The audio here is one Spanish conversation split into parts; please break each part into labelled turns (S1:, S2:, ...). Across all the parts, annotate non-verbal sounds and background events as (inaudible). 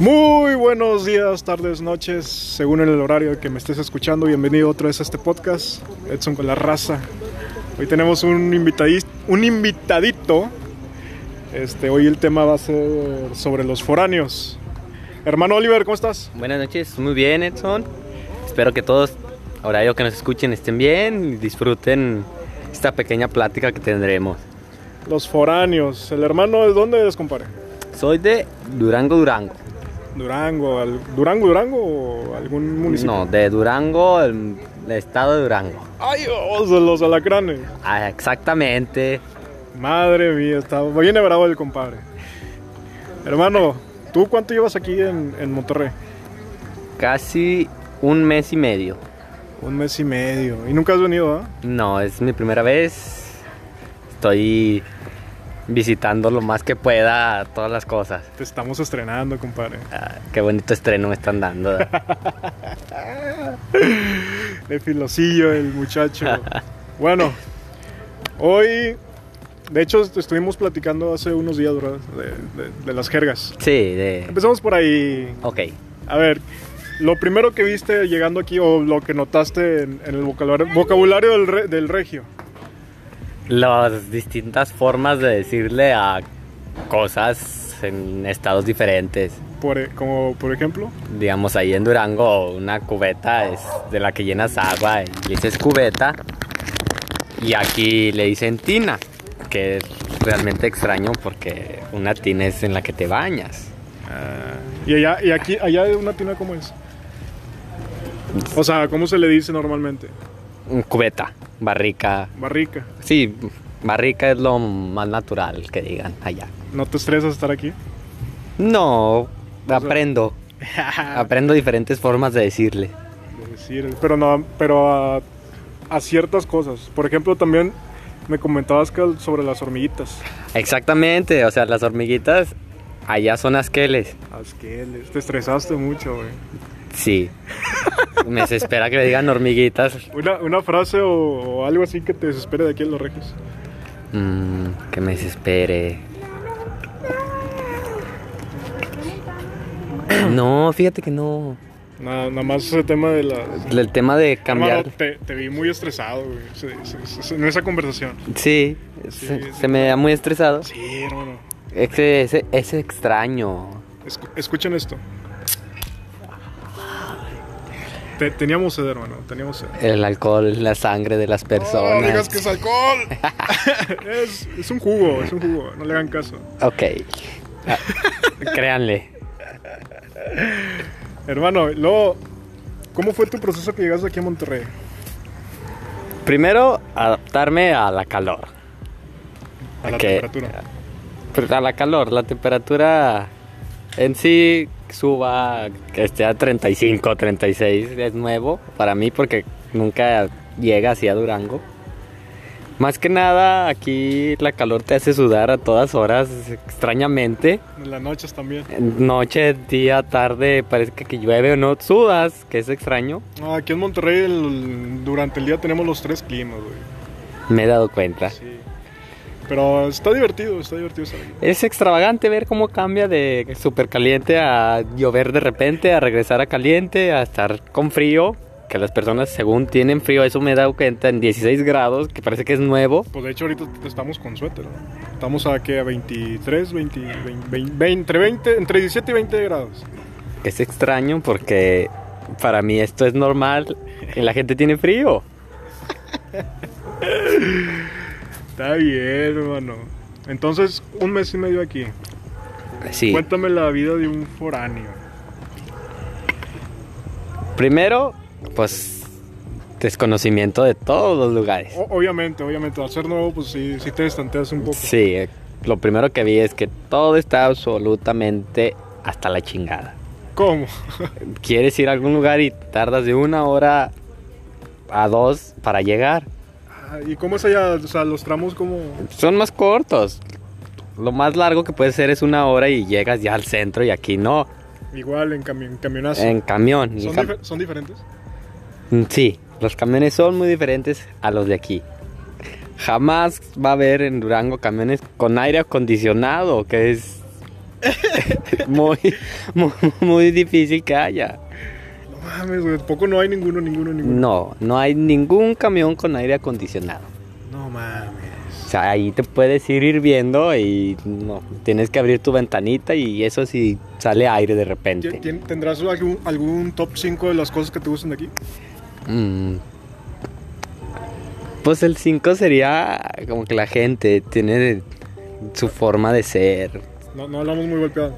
S1: Muy buenos días, tardes, noches, según el horario que me estés escuchando. Bienvenido otra vez a este podcast, Edson con la raza. Hoy tenemos un, invitadis- un invitadito. Este, hoy el tema va a ser sobre los foráneos. Hermano Oliver, ¿cómo estás?
S2: Buenas noches, muy bien Edson. Espero que todos, ahora yo que nos escuchen, estén bien y disfruten esta pequeña plática que tendremos.
S1: Los foráneos. ¿El hermano de dónde es, compadre?
S2: Soy de Durango, Durango.
S1: Durango, al- Durango, Durango o algún municipio.
S2: No, de Durango, el, el estado de Durango.
S1: Ay, oh, de los alacranes.
S2: Ah, exactamente.
S1: Madre mía, está bien bravo el compadre. Hermano, ¿tú cuánto llevas aquí en, en Monterrey?
S2: Casi un mes y medio.
S1: Un mes y medio. ¿Y nunca has venido, ah?
S2: No, es mi primera vez. Estoy visitando lo más que pueda todas las cosas.
S1: Te estamos estrenando, compadre.
S2: Ah, qué bonito estreno me están dando. ¿verdad?
S1: De filosillo el muchacho. (laughs) bueno, hoy... De hecho, est- estuvimos platicando hace unos días, ¿verdad? De, de- de las jergas.
S2: Sí, de...
S1: Empezamos por ahí.
S2: Ok.
S1: A ver, lo primero que viste llegando aquí o lo que notaste en, en el vocabulario, vocabulario del, re- del regio.
S2: las distintas formas de decirle a cosas en estados diferentes.
S1: Por e- como, por ejemplo...
S2: Digamos, ahí en Durango, una cubeta es de la que llenas agua y le dices cubeta. Y aquí le dicen tina, que es realmente extraño porque una tina es en la que te bañas.
S1: Ah. Y allá, y aquí, allá de una tina cómo es. O sea, ¿cómo se le dice normalmente?
S2: Un Cubeta, barrica.
S1: Barrica.
S2: Sí, barrica es lo más natural que digan allá.
S1: ¿No te estresas estar aquí?
S2: No, aprendo.
S1: ah.
S2: Aprendo diferentes formas de decirle.
S1: De decir, pero no, pero a, a ciertas cosas. Por ejemplo, también me comentabas que sobre las hormiguitas.
S2: Exactamente, o sea, las hormiguitas allá son asqueles.
S1: Asqueles. Te estresaste mucho, güey.
S2: Sí. Me desespera que le digan hormiguitas.
S1: Una, una frase o, o algo así que te desespere de aquí en los regios.
S2: Mm, que me desespere. No, fíjate que no.
S1: Nada, nada más ese tema de la...
S2: El tema de cambiar.
S1: Hermano, te, te vi muy estresado, güey. se- se- se- en esa conversación.
S2: Sí,
S1: Sí,
S2: se,
S1: sí.
S2: se me da muy estresado.
S1: Sí, hermano.
S2: Es que ese- es extraño.
S1: Escu- escuchen esto. Te- teníamos sed, hermano. Teníamos sed.
S2: El alcohol, la sangre de las
S1: No digas
S2: personas.
S1: que es alcohol. (laughs) es, es un jugo, es un jugo. No le hagan caso.
S2: Ok. Ah, créanle.
S1: Hermano, luego, ¿cómo fue tu proceso que llegaste aquí a Monterrey?
S2: Primero, adaptarme a la calor.
S1: A la
S2: Ok.
S1: temperatura.
S2: Pero A la calor, la temperatura en sí suba, que esté a 35, 36, es nuevo para mí porque nunca llega así a Durango. Más que nada, aquí la calor te hace sudar a todas horas, extrañamente.
S1: En las noches también.
S2: Noche, día, tarde, parece que, que llueve o no sudas, que es extraño.
S1: No, aquí en Monterrey el- durante el día tenemos los tres climas, güey.
S2: Me he dado cuenta.
S1: Sí. Pero está divertido, está divertido estar aquí.
S2: Es extravagante ver cómo cambia de súper caliente a llover de repente, a regresar a caliente, a estar con frío. Que las personas, según tienen frío, eso me he dado cuenta en 16 grados, que parece que es nuevo.
S1: Pues de hecho ahorita estamos con suéter, ¿no? Estamos a que a 23, 20, 20, 20, entre 20, entre 17 y 20 grados.
S2: Es extraño porque para mí esto es normal y la gente tiene frío.
S1: Está bien, hermano. Entonces, un mes y medio aquí.
S2: Sí.
S1: Cuéntame la vida de un foráneo.
S2: Primero, pues desconocimiento de todos los lugares.
S1: O- obviamente, obviamente, al ser nuevo, pues sí, sí te estanteas un poco.
S2: Sí, eh, lo primero que vi es que todo está absolutamente hasta la chingada.
S1: ¿Cómo?
S2: quieres ir a algún lugar y tardas de una hora a dos para llegar.
S1: Ah, ¿Y cómo es allá? O sea, los tramos como...
S2: Son más cortos. Lo más largo que puede ser es una hora y llegas ya al centro y aquí no,
S1: Igual, en, cami- en camionazo.
S2: en camión.
S1: Ah, ¿Son,
S2: Cam-
S1: difer- son diferentes?
S2: Mm, Sí, los camiones son muy diferentes a los de aquí.
S1: (laughs)
S2: Jamás va a haber en Durango camiones con aire acondicionado, que es muy, muy, muy difícil que haya.
S1: No mames, güey. Poco no hay ninguno, ninguno, ninguno.
S2: No, no hay ningún camión con aire acondicionado.
S1: No mames.
S2: O sea, ahí te puedes ir hirviendo y no, tienes que abrir tu ventanita y eso si sale aire de repente.
S1: ¿Tien- ¿Tendrás algún, algún top 5 de las cosas que te gustan de aquí?
S2: Mm. Pues el 5 sería como que la gente tiene su forma de ser.
S1: No, no hablamos muy golpeado.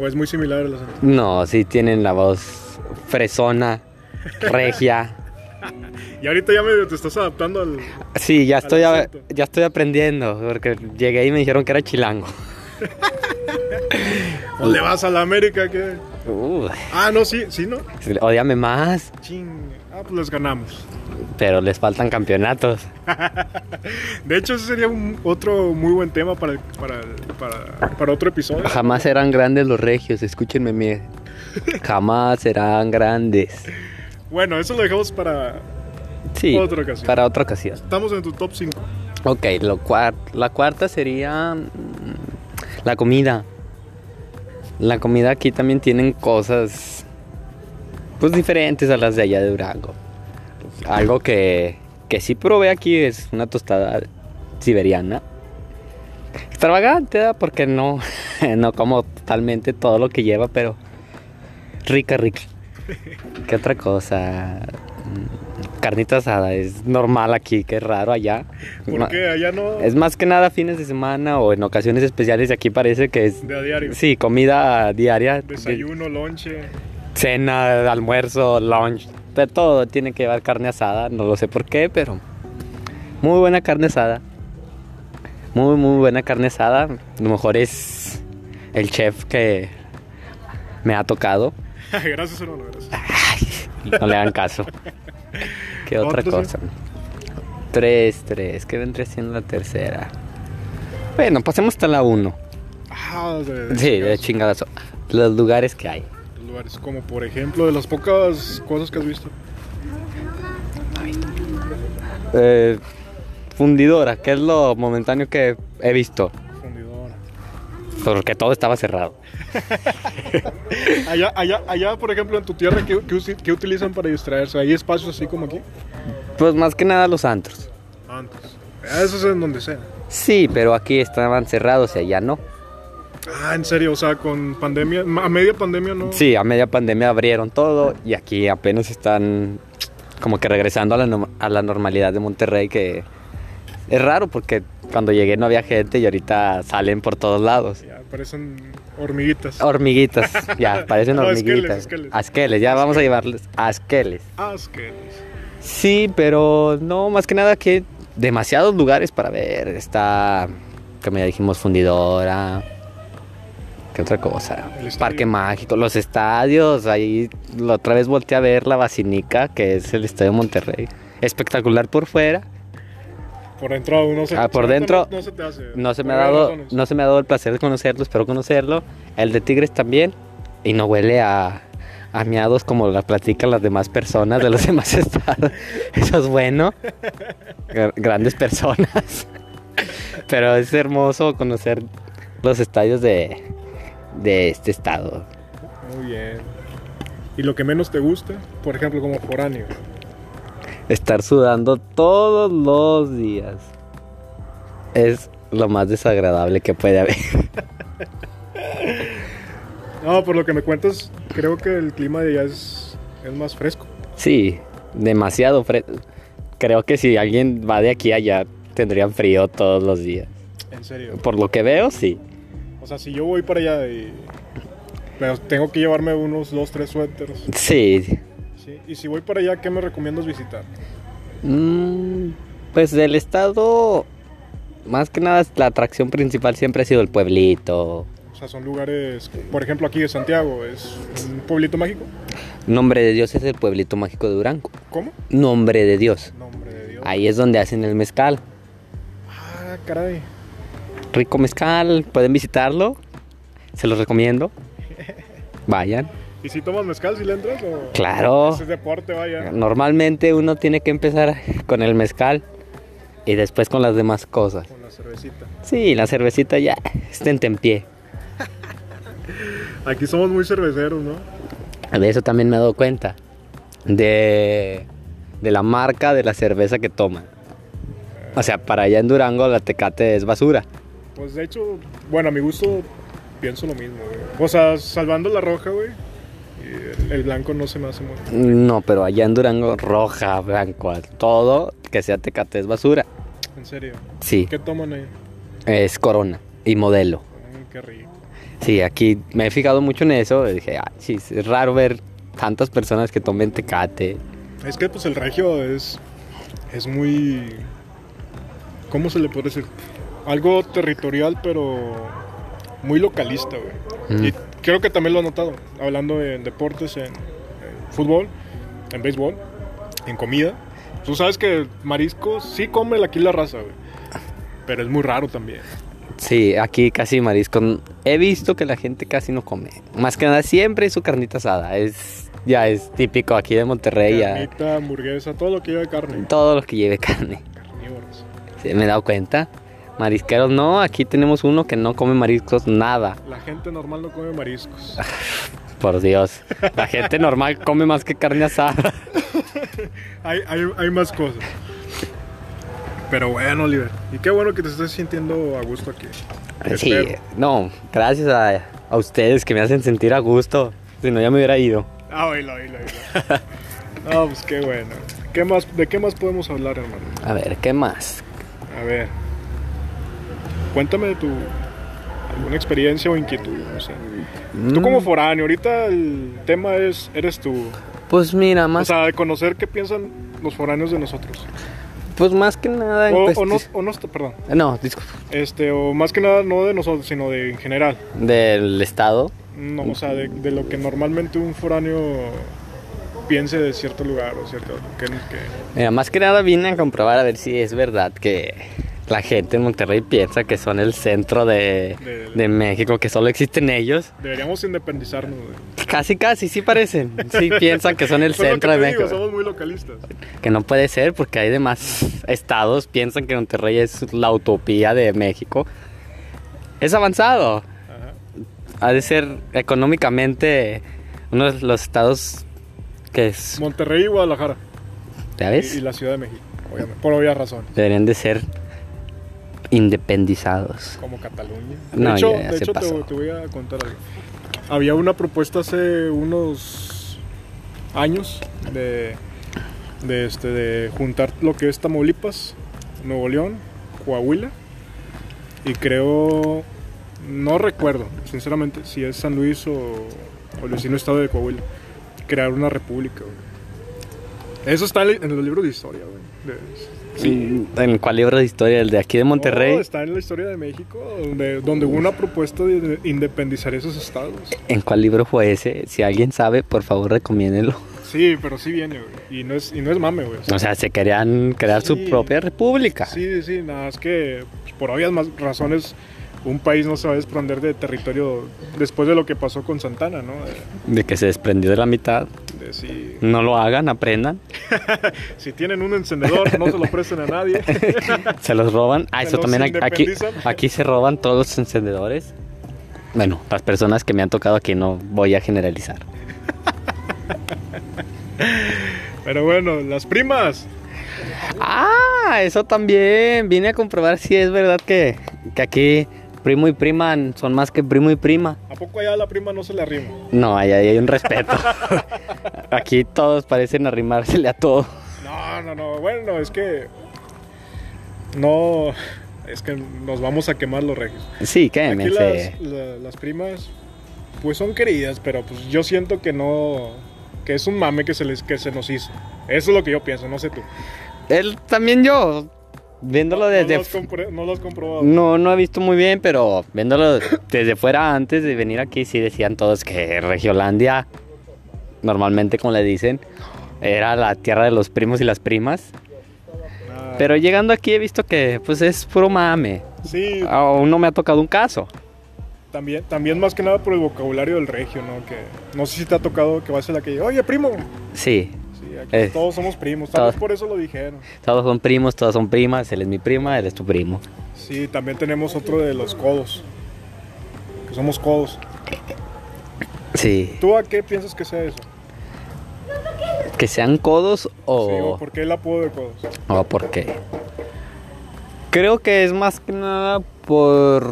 S1: O es muy similar el acento.
S2: No, sí tienen la voz fresona, regia.
S1: Y ahorita ya medio te estás adaptando al.
S2: Sí, ya
S1: Al
S2: estoy, a-
S1: acento.
S2: ya estoy aprendiendo, porque llegué y me dijeron que era chilango.
S1: ¿O le vas a la América? ¿Qué?
S2: Uh,
S1: Ah, no, sí, sí, no.
S2: ódiame más,
S1: Ching. Ah, pues les ganamos.
S2: pero les faltan campeonatos.
S1: De hecho, ese sería un- otro muy buen tema para, el- para, el- para, para otro episodio.
S2: Jamás serán grandes los regios, escúchenme mire. Jamás serán grandes.
S1: Bueno, eso lo dejamos para.
S2: Sí,
S1: Otra ocasión.
S2: para otra ocasión.
S1: Estamos en tu top 5.
S2: Ok, lo cuar- la cuarta sería mm, la comida. La comida aquí también tienen cosas pues diferentes a las de allá de Durango. Algo que, que sí probé aquí es una tostada siberiana. Extravagante, ¿verdad? porque no, (laughs) no como totalmente todo lo que lleva, pero rica, rica. ¿Qué otra cosa? Mm, Carnita asada, es normal aquí, que raro allá. Ma-
S1: ¿Por qué? Allá no.
S2: es más que nada fines de semana o en ocasiones especiales. y Aquí parece que es.
S1: De a diario.
S2: Sí, comida diaria. de-
S1: Desayuno, lonche. (laughs)
S2: Cena, almuerzo, lunch. De todo tiene que llevar carne asada. No lo sé por qué, pero. Muy buena carne asada. Muy, muy buena carne asada. A lo mejor es el chef que me ha tocado.
S1: gracias, hermano, gracias.
S2: No le
S1: (laughs)
S2: hagan caso. ¿Qué otra
S1: Otro,
S2: cosa? Tres, tres. ¿Qué vendría siendo la tercera? Bueno, pasemos hasta la uno.
S1: Ah, de,
S2: Sí, de chingadazo. Los lugares que hay.
S1: Lugares como, por ejemplo, de las pocas cosas que has visto.
S2: Eh, fundidora, que es lo momentáneo que he visto.
S1: Fundidora.
S2: Porque todo estaba cerrado.
S1: Allá, allá, allá, por ejemplo, en tu tierra, ¿qué, qué usi- qué utilizan para distraerse? ¿Hay espacios así como aquí?
S2: Pues más que nada los antros.
S1: Antes. Ah, Eso es en donde sea.
S2: Sí, pero aquí estaban cerrados y allá no.
S1: Ah, en serio, o sea, con pandemia, ma- a media pandemia no.
S2: Sí, a media pandemia abrieron todo y aquí apenas están como que regresando a la, nom- a la normalidad de Monterrey, que es raro porque cuando llegué no había gente y ahorita salen por todos lados.
S1: Ya, parecen hormiguitas.
S2: Hormiguitas, ya, parecen
S1: No, (laughs)
S2: hormiguitas.
S1: asqueles, asqueles.
S2: Asqueles, ya vamos a llevarles asqueles.
S1: Ah, Asqueles.
S2: Sí, pero no, más que nada que demasiados lugares para ver. Está, como ya dijimos, fundidora. ¿Qué otra cosa?
S1: El estadio.
S2: Parque Mágico, los estadios. Ahí la otra vez volteé a ver la Basinica, que es el Estadio Monterrey. Espectacular por fuera.
S1: Por dentro uno se
S2: Ah, por
S1: se-
S2: dentro,
S1: No, no se te hace.
S2: No se me ha
S1: Por varias
S2: dado,
S1: razones.
S2: no se me ha dado el placer de conocerlo, espero conocerlo. El de Tigres también. Y no huele a, a miados como la platican las demás personas de los (laughs) demás estados. Eso es bueno. Gr- grandes personas. Pero es hermoso conocer los estadios de, de este estado.
S1: Muy bien. ¿Y lo que menos te gusta? Por ejemplo, como foráneo.
S2: Estar sudando todos los días es lo más desagradable que puede haber.
S1: No, por lo que me cuentas, creo que el clima de allá es, es más fresco.
S2: Sí, demasiado fresco. Creo que si alguien va de aquí a allá, tendrían frío todos los días.
S1: En serio.
S2: Por lo que veo, sí.
S1: O sea, si yo voy para allá y... Pero tengo que llevarme unos dos, tres suéteres.
S2: Sí.
S1: ¿sí? Y si voy para allá, ¿qué me recomiendas visitar?
S2: Mm, pues del estado, más que nada, la atracción principal siempre ha sido el pueblito.
S1: O sea, son lugares... Por ejemplo, aquí de Santiago, es un pueblito mágico.
S2: Nombre de Dios es el pueblito mágico de Durango.
S1: ¿Cómo?
S2: Nombre de Dios.
S1: Nombre de Dios.
S2: Ahí es donde hacen el mezcal.
S1: Ah, caray.
S2: Rico mezcal, pueden visitarlo. Se los recomiendo. Vayan.
S1: ¿Y si tomas mezcal, si le entras o...?
S2: Claro.
S1: Ese es deporte, vaya.
S2: Normalmente uno tiene que empezar con el mezcal y después con las demás cosas.
S1: Con la cervecita.
S2: Sí, la cervecita ya estén en pie.
S1: Aquí somos muy cerveceros, ¿no?
S2: De eso también me he dado cuenta. De, de la marca de la cerveza que toman. O sea, para allá en Durango la tecate es basura.
S1: Pues de hecho, bueno, a mi gusto pienso lo mismo, güey. O sea, salvando la roja, güey. y el- El blanco no se me hace muy.
S2: No, pero allá en Durango, roja, blanco, todo que sea tecate es basura.
S1: En serio.
S2: Sí,
S1: ¿Qué toman ahí?
S2: es corona y modelo.
S1: Ay, qué rico.
S2: Sí, aquí me he fijado mucho en eso. y Dije, "Ay, sí, es raro ver tantas personas que tomen tecate.
S1: Es que pues el regio es. Es muy. ¿Cómo se le puede decir? Algo territorial, pero. Muy localista, güey.
S2: Mm.
S1: Y creo que también lo he notado. Hablando en deportes, en, en fútbol, en béisbol, en comida. Tú sabes que el marisco sí come aquí la raza, güey. Pero es muy raro también.
S2: Sí, aquí casi marisco. n- He visto que la gente casi no come. Más que nada, siempre es su carnita asada. Es, ya es típico aquí de Monterrey. ya,
S1: Carnita, hamburguesa, todo lo que lleva carne.
S2: todo lo que lleve (laughs) carne.
S1: Carnívoros.
S2: Sí, me he dado cuenta. Marisqueros no, aquí tenemos uno que no come mariscos nada.
S1: La gente normal no come mariscos.
S2: Por Dios. La gente normal come más que carne asada.
S1: Hay, hay- hay más cosas. Pero bueno, Oliver. Y qué bueno que te estés sintiendo a gusto aquí.
S2: Sí,
S1: Espero.
S2: no, gracias a, a ustedes que me hacen sentir a gusto. Si no, ya me hubiera ido.
S1: Ah, oílo, oílo, oílo. No, pues qué bueno. ¿Qué más, ¿De qué más podemos hablar, hermano?
S2: A ver, ¿qué más?
S1: A ver. Cuéntame de tu. alguna experiencia o inquietud, no sé. Tú
S2: Mm,
S1: como foráneo, ahorita el tema es. eres tú.
S2: Pues mira,
S1: O
S2: más,
S1: sea, de conocer qué piensan los foráneos de nosotros.
S2: pues más que nada... en
S1: O, o
S2: cuestión-
S1: no, o no, perdón.
S2: No, disculpa.
S1: Este, o más que nada, no de nosotros, sino de en general.
S2: Del Estado.
S1: No, o sea, de, de lo que normalmente un foráneo piense de cierto lugar o cierto. Que, que-
S2: Mira, más que nada vine a comprobar a ver si es verdad que la gente en Monterrey piensa que son el centro de,
S1: Del-
S2: de México, que solo existen ellos.
S1: deberíamos independizarnos. güey.
S2: Casi, casi, sí parecen.
S1: (laughs)
S2: Sí piensan que son el
S1: Eso es lo
S2: centro
S1: que
S2: de
S1: te digo,
S2: México.
S1: somos muy
S2: (laughs)
S1: localistas.
S2: Que no puede ser porque hay demás estados piensan que Monterrey es la utopía de México. Es avanzado.
S1: Ajá.
S2: Ha de ser económicamente uno de los estados que es...
S1: Monterrey y Guadalajara.
S2: ¿Ya
S1: Y,
S2: ves?
S1: y la Ciudad de México, obviamente. Por obvias razones.
S2: Deberían de ser independizados.
S1: Como Cataluña.
S2: No,
S1: de hecho,
S2: ya, ya
S1: de
S2: se
S1: hecho te,
S2: pasó.
S1: te voy a contar algo. Había una propuesta hace unos años de, de, este, de juntar lo que es Tamaulipas, Nuevo León, Coahuila y creo, no recuerdo sinceramente si es San Luis o, o el vecino estado de Coahuila, crear una república. güey. Eso está en el- en los libros de historia. güey, de- sí.
S2: ¿En cuál libro de historia? ¿El de aquí de Monterrey?
S1: No, está en la historia de México, donde, donde hubo una propuesta de independizar esos estados.
S2: ¿En cuál libro fue ese? Si alguien sabe, por favor, recomiéndelo. (laughs)
S1: Sí, pero sí viene, güey. Y no es, y no es mame, güey. O sea,
S2: O sea, se querían crear
S1: Sí.
S2: su propia república.
S1: sí, sí, nada, es que pues, por obvias más razones un país no se va a desprender de territorio después de lo que pasó con Santana, ¿no? De,
S2: De que se desprendió de la mitad.
S1: de si,
S2: No lo hagan, aprendan.
S1: si tienen un encendedor, no se lo presten a nadie.
S2: Se los roban. Ah,
S1: Se
S2: eso
S1: los
S2: también ac- aquí,
S1: independizan.
S2: aquí se roban todos los encendedores. Bueno, las personas que me han tocado aquí no voy a generalizar.
S1: Pero bueno, las primas.
S2: Ah, eso también. Vine a comprobar si es verdad que, que aquí primo y prima son más que primo y prima.
S1: ¿A poco allá a la prima no se le arrima?
S2: No, ahí ahí hay un respeto.
S1: (laughs)
S2: aquí todos parecen arrimársele a todo.
S1: No, no, no. Bueno, es que. No. Es que nos vamos a quemar los regios.
S2: Sí,
S1: Aquí
S2: quémense.
S1: las, la- las primas, pues son queridas, pero pues yo siento que no. que es un mame que se, les, que se nos hizo. Eso es lo que yo pienso, no sé tú.
S2: Él también yo, viéndolo
S1: no,
S2: desde...
S1: lo has compre- no lo has comprobado.
S2: No, no he visto muy bien, pero viéndolo desde fuera antes de venir aquí, sí decían todos que Regiolandia, normalmente como le dicen, era la tierra de los primos y las primas.
S1: Ah,
S2: Pero llegando aquí he visto que pues es puro mame.
S1: sí,
S2: Aún no me ha tocado un caso.
S1: también, también más que nada por el vocabulario del regio, ¿no? Que no sé si te ha tocado que vas a la calle, oye, primo.
S2: Sí,
S1: Sí, aquí
S2: Eh,
S1: todos somos primos, tal vez
S2: todos.
S1: por eso lo dijeron.
S2: todos son primos, todas son primas, él es mi prima, él es tu primo.
S1: Sí, también tenemos otro de los codos. Que somos codos.
S2: Sí.
S1: ¿Tú a qué piensas que sea eso?
S2: Que sean codos
S1: Sí,
S2: o.
S1: ¿o ¿Por qué el apodo de codos?
S2: o por qué. Creo que es más que nada por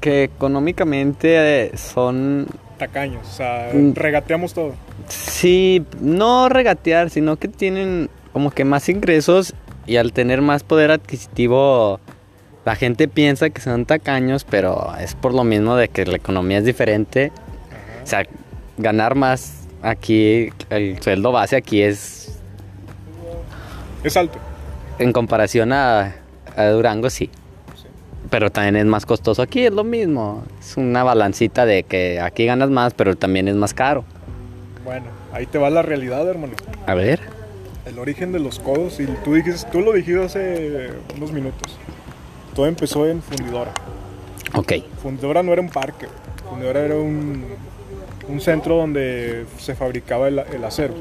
S2: que económicamente eh, son
S1: Tacaños, o sea,
S2: Mm.
S1: regateamos todo.
S2: Sí, no regatear, sino que tienen como que más ingresos y al tener más poder adquisitivo, la gente piensa que son tacaños, pero es por lo mismo de que la economía es diferente. O sea, ganar más aquí, el sueldo base aquí es,
S1: Es alto.
S2: en comparación a, a Durango, sí. Pero también es más costoso aquí, es lo mismo. Es una balancita de que aquí ganas más, pero también es más caro.
S1: Bueno, ahí te va la realidad, hermano.
S2: A ver.
S1: El origen de los codos, y tú, dijiste, tú lo dijiste hace unos minutos. Todo empezó en Fundidora.
S2: Ok.
S1: Fundidora no era un parque, güey. Fundidora era un, un centro donde se fabricaba el, el acero.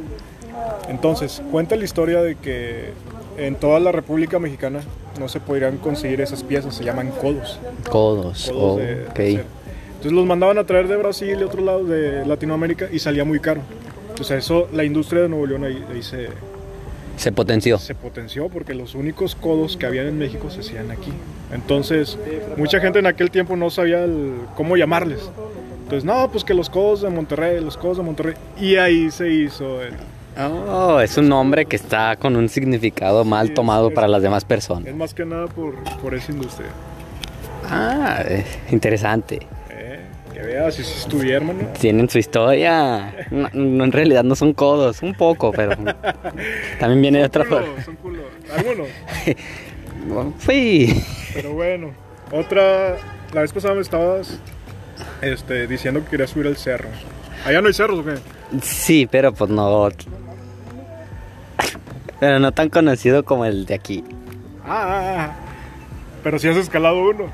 S1: Entonces, cuenta la historia de que en toda la República Mexicana no se podrían conseguir esas piezas, se llaman codos.
S2: Codos.
S1: codos de- de
S2: ok.
S1: acero. Entonces los mandaban a traer de Brasil y otro lado de Latinoamérica y salía muy caro. Entonces eso, la industria de Nuevo León ahí, ahí se,
S2: Se potenció.
S1: se potenció porque los únicos codos que habían en México se hacían aquí. Entonces, mucha gente en aquel tiempo no sabía el- cómo llamarles. Entonces, no, pues que los codos de Monterrey, los codos de Monterrey. Y ahí se hizo. el-
S2: Oh, es un nombre que está con un significado mal
S1: es-
S2: tomado
S1: es-
S2: para las demás
S1: es
S2: personas.
S1: más que nada por, por esa industria.
S2: Ah, eh, interesante.
S1: Eh, que veas, si estuviera, hermano.
S2: Tienen su historia. No, no, en realidad no son codos, un
S1: (laughs)
S2: poco, pero también viene de otra forma.
S1: Culos, son culos. Ah, Algunos.
S2: Sí.
S1: Pero bueno, otra. La vez pasada me estabas este, diciendo que querías subir al cerro. Allá no hay cerros, ¿o qué?
S2: Sí, pero pues no. Pero no tan conocido como el de aquí.
S1: Ah, ah, ah. Pero si has escalado uno.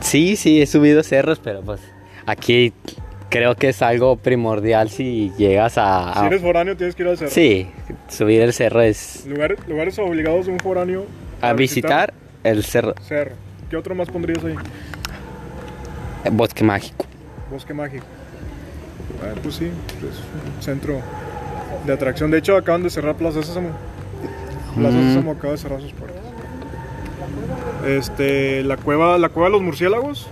S2: Sí, sí, he subido cerros, pero pues aquí creo que es algo primordial si llegas a.
S1: Si eres foráneo, tienes que ir al cerro.
S2: Ah. Sí, subir el cerro es
S1: Lugar- lugares obligados de un foráneo
S2: a visitar el cerro
S1: Cerro. ¿Qué otro más pondrías ahí?
S2: eh, Bosque Mágico.
S1: Bosque mágico. Ah, pues sí, es un centro de atracción. De hecho, acaban de cerrar Plaza Sésamo. Plaza
S2: Mm.
S1: Sésamo acaba de cerrar sus puertas. Este, la cueva, la cueva de los murciélagos.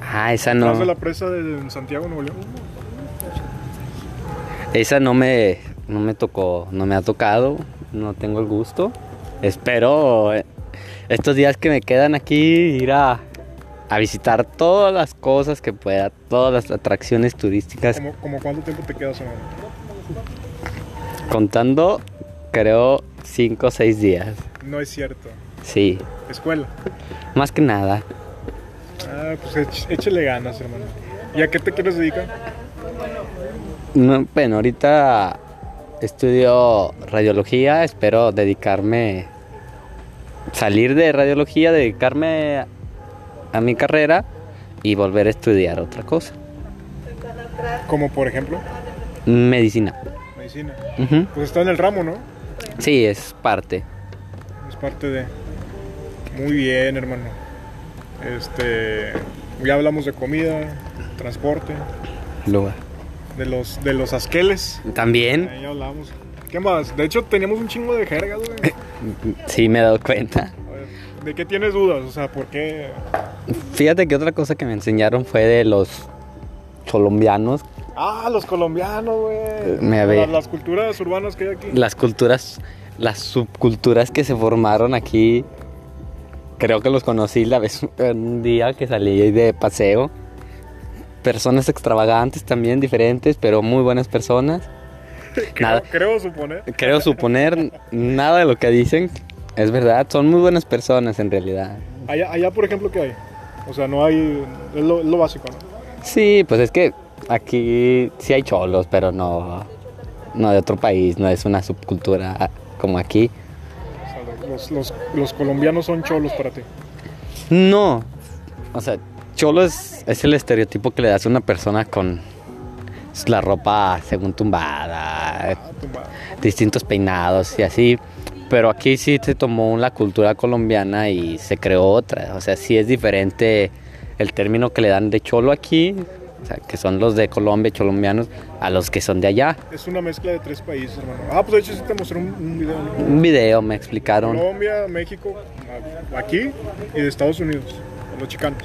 S2: Ah, esa
S1: Atrás de
S2: no.
S1: la presa de Santiago, Nuevo León.
S2: Esa no me no me tocó, no me ha tocado, no tengo el gusto. Espero eh, estos días que me quedan aquí ir a a visitar todas las cosas que pueda, todas las atracciones turísticas
S1: ¿Cómo, como cuánto tiempo te quedas, hermano?
S2: contando creo 5 o 6 días.
S1: No es cierto.
S2: Sí,
S1: Escuela.
S2: más que nada.
S1: Ah, pues éch- échale ganas, hermano. ¿Y a qué te quieres dedicar?
S2: No, bueno, ahorita estudio radiología, espero dedicarme, salir de radiología, dedicarme a mi carrera y volver a estudiar otra cosa.
S1: Como por ejemplo,
S2: Medicina.
S1: medicina.
S2: Ujú.
S1: Pues está en el ramo, ¿no?
S2: Sí, es parte.
S1: Es parte de. Muy bien, hermano. Este. Ya hablamos de comida, transporte,
S2: Lugar.
S1: de los, de los asqueles.
S2: También,
S1: Ahí ya hablamos. ¿Qué más? De hecho, teníamos un chingo de jergas, güey.
S2: sí me he dado cuenta.
S1: A ver, ¿De qué tienes dudas? O sea, ¿por qué?
S2: Fíjate que otra cosa que me enseñaron fue de los colombianos,
S1: Ah, los colombianos, güey.
S2: Eh, Me ve.
S1: las, las culturas urbanas que hay aquí.
S2: las culturas, las subculturas que se formaron aquí, creo que los conocí la vez un día que salí de paseo. Personas extravagantes también, diferentes, pero muy buenas personas. Nada,
S1: Creo suponer.
S2: creo suponer nada de lo que dicen es verdad, son muy buenas personas en realidad.
S1: Allá, allá, por ejemplo, ¿qué hay? O sea, no hay. Es lo, es lo básico, ¿no?
S2: Sí, pues es que aquí sí hay cholos, pero no, no de otro país, no es una subcultura como aquí.
S1: O sea, los, los- los colombianos son cholos para ti.
S2: No. O sea, cholo es, es el estereotipo que le das a una persona con la ropa según tumbada,
S1: Ah, tu madre.
S2: distintos peinados y así. Pero aquí sí se tomó la cultura colombiana y se creó otra. O sea, sí es diferente el término que le dan de cholo aquí o sea, que son los de Colombia, colombianos, a los que son de allá.
S1: Es una mezcla de tres países, hermano. Ah, pues de hecho sí te mostré un, un video. ¿no?
S2: Un video me explicaron.
S1: Colombia, México, aquí y de Estados Unidos, los chicanos.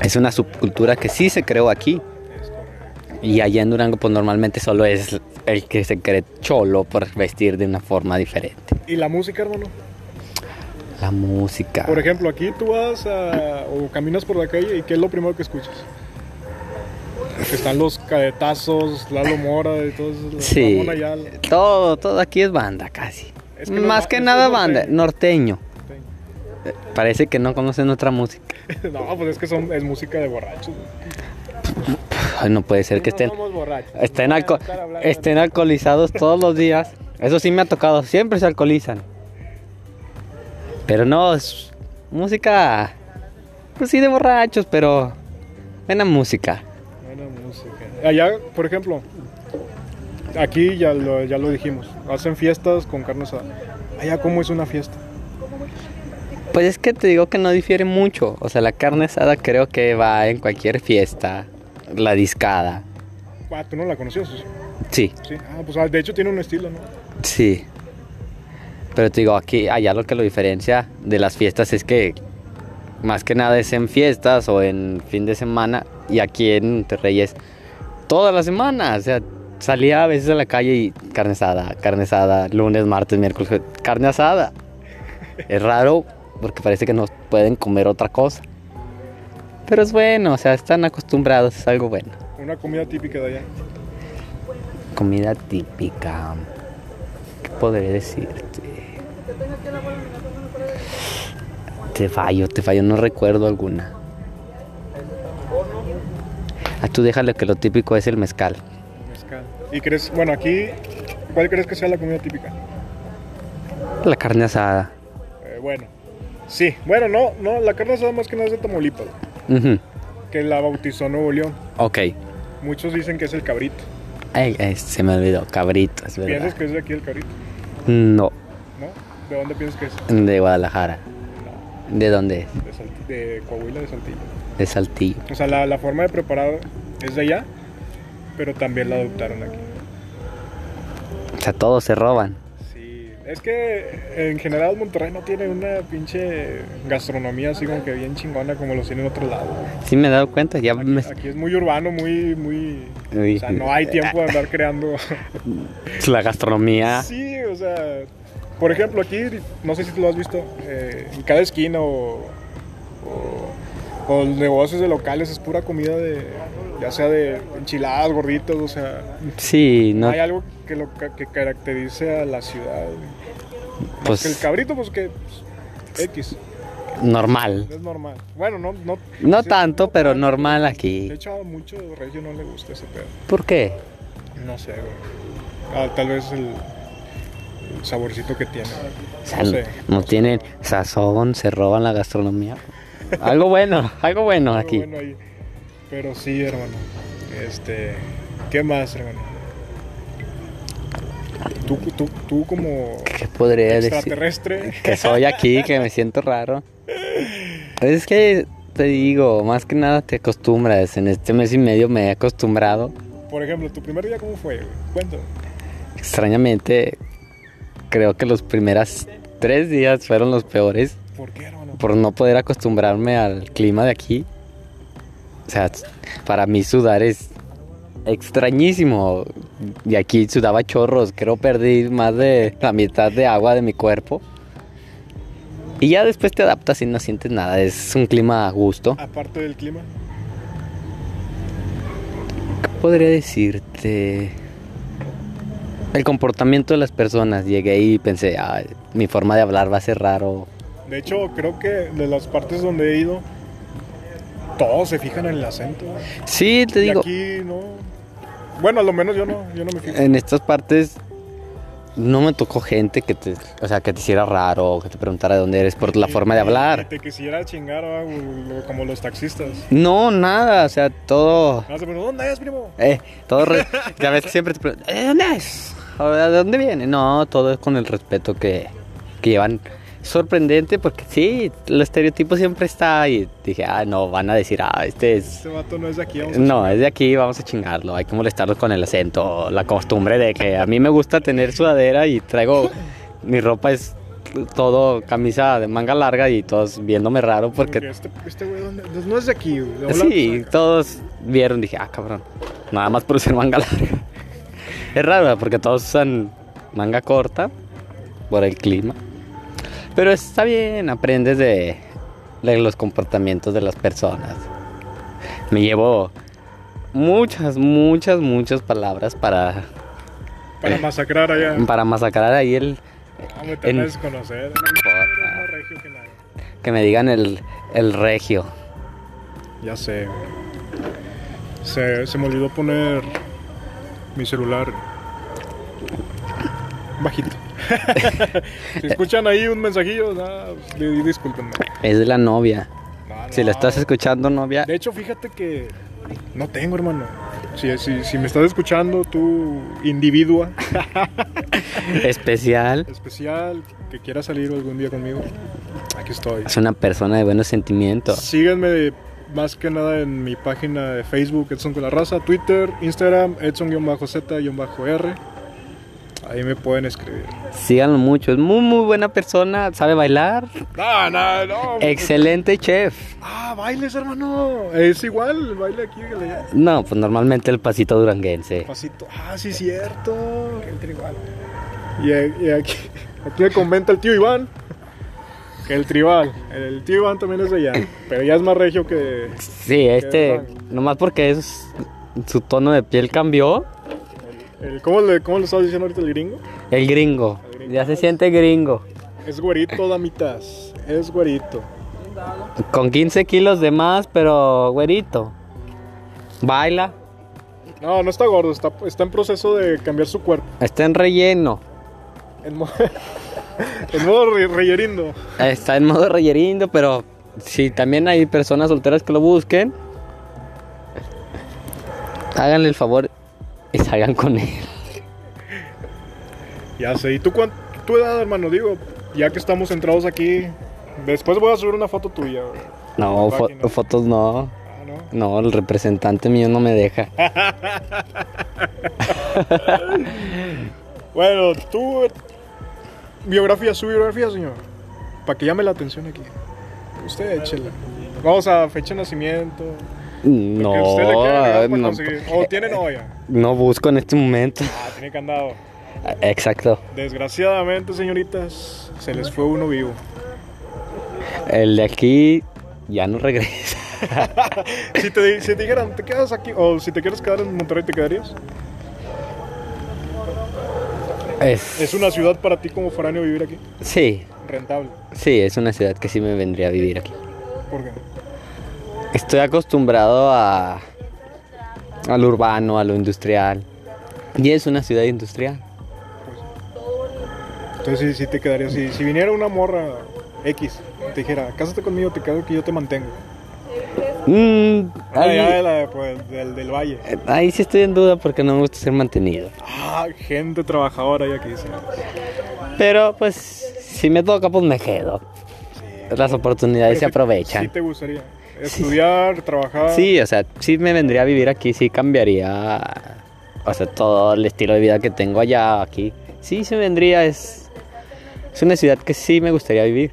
S2: Es una subcultura que sí se creó aquí.
S1: Es correcto.
S2: Y allá en Durango, pues normalmente solo es el que se cree cholo por vestir de una forma diferente.
S1: ¿Y la música, hermano?
S2: La música.
S1: Por ejemplo, aquí tú vas a- o caminas por la calle y ¿qué es lo primero que escuchas? Que están los cadetazos, Lalo Mora y todo eso.
S2: Sí.
S1: Ramón Ayala.
S2: Todo, todo aquí es banda casi.
S1: Es que no
S2: Más
S1: es ba-
S2: que
S1: es
S2: nada
S1: norteño.
S2: banda, norteño. Eh, Parece que no conocen otra música.
S1: (laughs) No, pues es que son, es música de borrachos.
S2: Ay, no puede ser que estén,
S1: somos borrachos.
S2: estén,
S1: No voy
S2: alco- este-
S1: a estar hablando de-
S2: estén alcoholizados todos los días. Eso sí me ha tocado, siempre se alcoholizan. Pero no, es música, pues sí de borrachos, pero buena música.
S1: Buena música. Allá, por ejemplo, aquí ya lo, ya lo dijimos, hacen fiestas con carne asada. Allá, ¿cómo es una fiesta?
S2: Pues es que te digo que no difiere mucho. O sea, la carne asada creo que va en cualquier fiesta. La discada.
S1: Ah, tú no la conocías, ¿sí?
S2: Sí,
S1: Sí. Ah, pues ah, de hecho tiene un estilo, ¿no?
S2: sí. Pero te digo, aquí, allá lo que lo diferencia de las fiestas es que más que nada es en fiestas o en fin de semana. Y aquí en Monterrey es toda la semana. O sea, salía a veces a la calle y carne asada, carne asada, lunes, martes, miércoles, jueves, carne asada. Es raro porque parece que no pueden comer otra cosa. Pero es bueno, o sea, están acostumbrados, es algo bueno.
S1: Una comida típica de allá.
S2: Comida típica. ¿Qué podré decirte? Te fallo, te fallo, no recuerdo alguna. Ah, tú déjale que lo típico es el mezcal.
S1: Mezcal. ¿Y crees, bueno, aquí, cuál crees que sea la comida típica?
S2: La carne asada.
S1: Eh, bueno, sí, bueno, no, no, la carne asada más que nada es de Tamaulipas,
S2: Ujú,
S1: que la bautizó Nuevo León.
S2: Ok.
S1: Muchos dicen que es el cabrito.
S2: Ay, ay, se me olvidó, cabrito, es
S1: ¿Piensas
S2: verdad.
S1: que es de aquí el cabrito?
S2: No,
S1: ¿No? ¿De dónde piensas que es?
S2: de Guadalajara.
S1: No,
S2: ¿De dónde es?
S1: de, Salt- de Coahuila, de Saltillo.
S2: De Saltillo.
S1: O sea, la, la forma de preparar es de allá, pero también la adoptaron aquí.
S2: O sea, todos se roban.
S1: Sí, es que en general Monterrey no tiene una pinche gastronomía así como que bien chingona como los tiene en otro lado.
S2: Sí me he dado cuenta, ya me...
S1: Aquí es muy urbano, muy, muy... O sea, no hay tiempo de andar
S2: (laughs)
S1: creando.
S2: La gastronomía.
S1: Sí, o sea, por ejemplo, aquí, no sé si tú lo has visto, eh, en cada esquina o, o, o negocios de locales es pura comida de, ya sea de enchiladas, gorditos, o sea,
S2: Sí, no...
S1: hay algo que lo ca- que caracterice a la ciudad. güey.
S2: Pues-
S1: Que el cabrito, pues que pues, X,
S2: normal.
S1: es normal. Bueno, no, no,
S2: No
S1: sí,
S2: tanto, pero
S1: tanto.
S2: normal
S1: De
S2: aquí.
S1: hecho, a muchos regios no le gusta ese pedo.
S2: ¿Por qué?
S1: No sé, güey. Ah, tal vez el, el saborcito que tiene.
S2: O sea,
S1: No sé.
S2: no tienen sazón, se roban la gastronomía. Algo bueno, (laughs) algo bueno
S1: Pero
S2: aquí.
S1: bueno, ahí- Pero sí, hermano. Este, ¿qué más, hermano? Tú, tú, tú como
S2: ¿Qué podría decir?
S1: extraterrestre.
S2: Que soy aquí, que me siento raro. Es que te digo, más que nada te acostumbras. En este mes y medio me he acostumbrado.
S1: Por ejemplo, tu primer día cómo fue, güey? Cuéntame.
S2: Extrañamente, creo que los primeros tres días fueron los peores.
S1: ¿Por qué, hermano?
S2: por no poder acostumbrarme al clima de aquí. O sea, para mí sudar es extrañísimo. Y aquí sudaba chorros, creo perdí más de la mitad de agua de mi cuerpo. Y ya después te adaptas y no sientes nada, es un clima a gusto.
S1: Aparte del clima.
S2: ¿Qué podría decirte? El comportamiento de las personas. Llegué y pensé, "Ay, mi forma de hablar va a ser raro.
S1: De hecho, creo que de las partes donde he ido, todos se fijan en el acento. güey.
S2: Sí, te
S1: Y
S2: digo.
S1: aquí no. Bueno, a lo menos yo no, yo no me fijo.
S2: en estas partes no me tocó gente que te, o sea, que te hiciera raro o que te preguntara de dónde eres por la
S1: Y-
S2: forma de
S1: y-
S2: hablar.
S1: y Te quisiera chingar ah, güey, como los taxistas.
S2: No, nada, o sea, todo
S1: Vas a preguntar, ¿dónde es, primo?
S2: eh, todo re- ya ves que siempre te preguntan, "¿Eh, ¿dónde es? Ahora, ¿De dónde viene? No, todo es con el respeto que, que llevan sorprendente porque sí, el estereotipo siempre está y dije, ah, no, van a decir, ah, este es...
S1: Este vato no es de aquí. vamos a-
S2: No, es de aquí, vamos a chingarlo, hay que molestarlos con el acento, la costumbre de que a mí me gusta tener sudadera y traigo, mi ropa es todo camisa de manga larga y todos viéndome raro
S1: Como
S2: porque
S1: que Este, este güey ¿dónde- no es de aquí. güey, de volada,
S2: Sí,
S1: pues, acá.
S2: todos vieron, dije, ah, cabrón, nada más por usar manga (laughs) larga. Es raro, ¿verdad? porque todos usan manga corta por el clima. Pero está bien, aprendes de, de los comportamientos de las personas. Me llevo muchas, muchas, muchas palabras para,
S1: Para masacrar allá.
S2: para masacrar ahí el...
S1: Hombre, te
S2: en-
S1: vas a desconocer. No, no, no, no, regio que nada.
S2: Que me digan el, el regio.
S1: Ya sé. güey. Se, se me olvidó poner mi celular bajito. (laughs) si escuchan ahí un mensajillo, nada, pues, di- discúlpenme.
S2: Es de la novia.
S1: No,
S2: Si la
S1: no.
S2: estás escuchando, novia,
S1: De hecho, fíjate que no tengo, hermano. Si, si, si me estás escuchando, tú, individua
S2: especial.
S1: especial, que quiera salir algún día conmigo, aquí estoy.
S2: Es una persona de buenos sentimientos.
S1: Síganme más que nada en mi página de Facebook, Edson con la raza, Twitter, Instagram, Edson-Z-R. Ahí me pueden escribir.
S2: Síganlo mucho. Es muy, muy buena persona. Sabe bailar.
S1: No, no, no.
S2: Excelente chef.
S1: Ah, bailes, hermano. Es igual, el baile aquí. el de allá.
S2: No, pues normalmente el pasito duranguense.
S1: Pasito. Ah, sí, cierto. Y, y aquí, aquí me comenta el tío Iván. Que el tribal. El tío Iván también es de allá. Pero ya es más regio que.
S2: Sí, este, nomás porque es, su tono de piel cambió.
S1: El, ¿cómo, le, ¿Cómo le estaba diciendo ahorita el gringo?
S2: El gringo. Ya se siente gringo.
S1: Es güerito, damitas. Es güerito.
S2: Con 15 kilos de más, pero güerito. Baila.
S1: No, no está gordo, está, está en proceso de cambiar su cuerpo.
S2: Está en relleno.
S1: En, mo- (laughs) en modo re- reyerindo.
S2: Está en modo reyerindo, pero si también hay personas solteras que lo busquen, háganle el favor y salgan con él.
S1: Ya sé. ¿Y tú cuán- tu edad, hermano? Digo, ya que estamos centrados aquí. Después voy a subir una foto tuya. güey.
S2: No, fo-
S1: Página.
S2: fotos no.
S1: Ah, ¿no?
S2: No, el representante mío no
S1: (laughs)
S2: me deja.
S1: Bueno, tú. Biografía, su biografía, señor. Para que llame la atención aquí. Usted échela. Vamos a fecha de nacimiento.
S2: No, eh,
S1: que usted le quede pues, legal para
S2: no,
S1: conseguir. O tiene novia.
S2: no busco en este momento. (laughs)
S1: Ah, tiene candado.
S2: Exacto.
S1: Desgraciadamente, señoritas, se les fue uno vivo. (laughs)
S2: El de aquí ya no regresa. (laughs)
S1: Si te, di- si te dijeran, te quedas aquí, o si te quieres quedar en Monterrey, ¿te quedarías?
S2: Es-
S1: ¿Es una ciudad para ti como foráneo vivir aquí?
S2: Sí,
S1: Rentable.
S2: sí, es una ciudad que sí me vendría a vivir aquí.
S1: ¿Por qué?
S2: Estoy acostumbrado a al urbano, a lo industrial. Y es una ciudad industrial.
S1: Entonces, si, si te quedarías, si, si viniera una morra X, y te dijera, cásate conmigo, te quedo que yo te mantengo.
S2: Mm,
S1: Ah, ya de
S2: ahí, eh,
S1: la de, pues, del, del valle.
S2: ahí sí estoy en duda porque no me gusta ser mantenido.
S1: Ah, gente trabajadora hay aquí, señores.
S2: Pero pues si me toca pues me quedo. Las
S1: Pero
S2: oportunidades
S1: sí-
S2: se
S1: Sí
S2: aprovechan.
S1: te gustaría. Estudiar, trabajar.
S2: Sí, o sea, sí me vendría a vivir aquí, sí cambiaría, o sea, todo el estilo de vida que tengo allá, aquí. Sí, se vendría, es, es una ciudad que sí me gustaría vivir.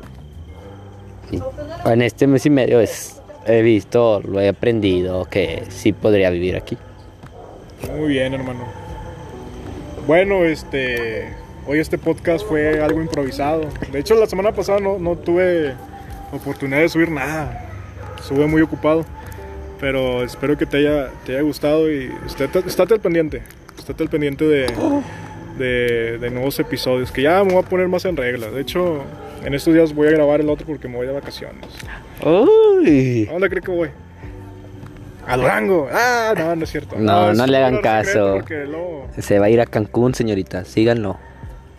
S2: Y en este mes y medio es, he visto, lo he aprendido, que sí podría vivir aquí.
S1: Muy bien, hermano. Bueno, este. Hoy este podcast fue algo improvisado. De hecho, la semana pasada no, no tuve oportunidad de subir nada. Estuve muy ocupado. Pero espero que te haya, te haya gustado y estate, estate al pendiente. Estate al pendiente de, de, de nuevos episodios. Que ya me voy a poner más en regla. De hecho, en estos días voy a grabar el otro porque me voy de vacaciones.
S2: Uy.
S1: ¿A dónde cree que voy? A Durango. Ah, no, no es cierto.
S2: No,
S1: es
S2: no
S1: un
S2: le hagan
S1: lugar secreto
S2: caso.
S1: porque luego-
S2: Se va a ir a Cancún, señorita, síganlo.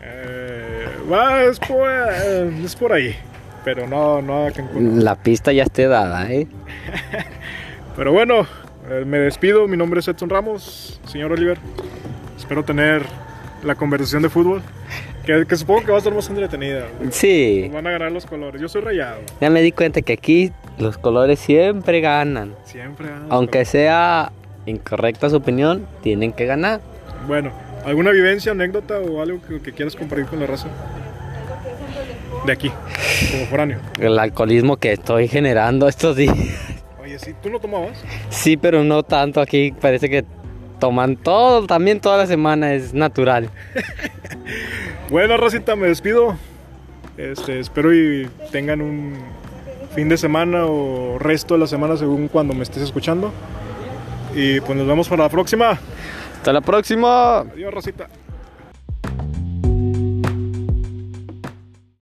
S1: Eh, va, es por, eh, es por ahí. Pero no, no a Cancún.
S2: La pista ya esté dada, ¿eh?
S1: Pero bueno, eh, me despido. Mi nombre es Edson Ramos, señor Oliver. Espero tener la conversación de fútbol. Que, que supongo que va a estar más entretenida. güey.
S2: Sí,
S1: Van a ganar los colores. Yo soy rayado.
S2: ya me di cuenta que aquí los colores siempre ganan.
S1: Siempre ganan los
S2: Aunque sea incorrecta su opinión, tienen que ganar.
S1: colores. Bueno, ¿alguna vivencia, anécdota o algo que, que quieras compartir con la raza? De aquí, como foráneo.
S2: El alcoholismo que estoy generando estos días. (laughs)
S1: Oye, sí, ¿tú no tomabas?
S2: Sí, pero no tanto aquí. Parece que toman todo, también toda la semana es natural.
S1: Bueno, Racita, me despido. Este, espero y tengan un fin de semana o resto de la semana según cuando me estés escuchando. Y pues nos vemos para la próxima.
S2: Hasta la próxima.
S1: Adiós, Racita.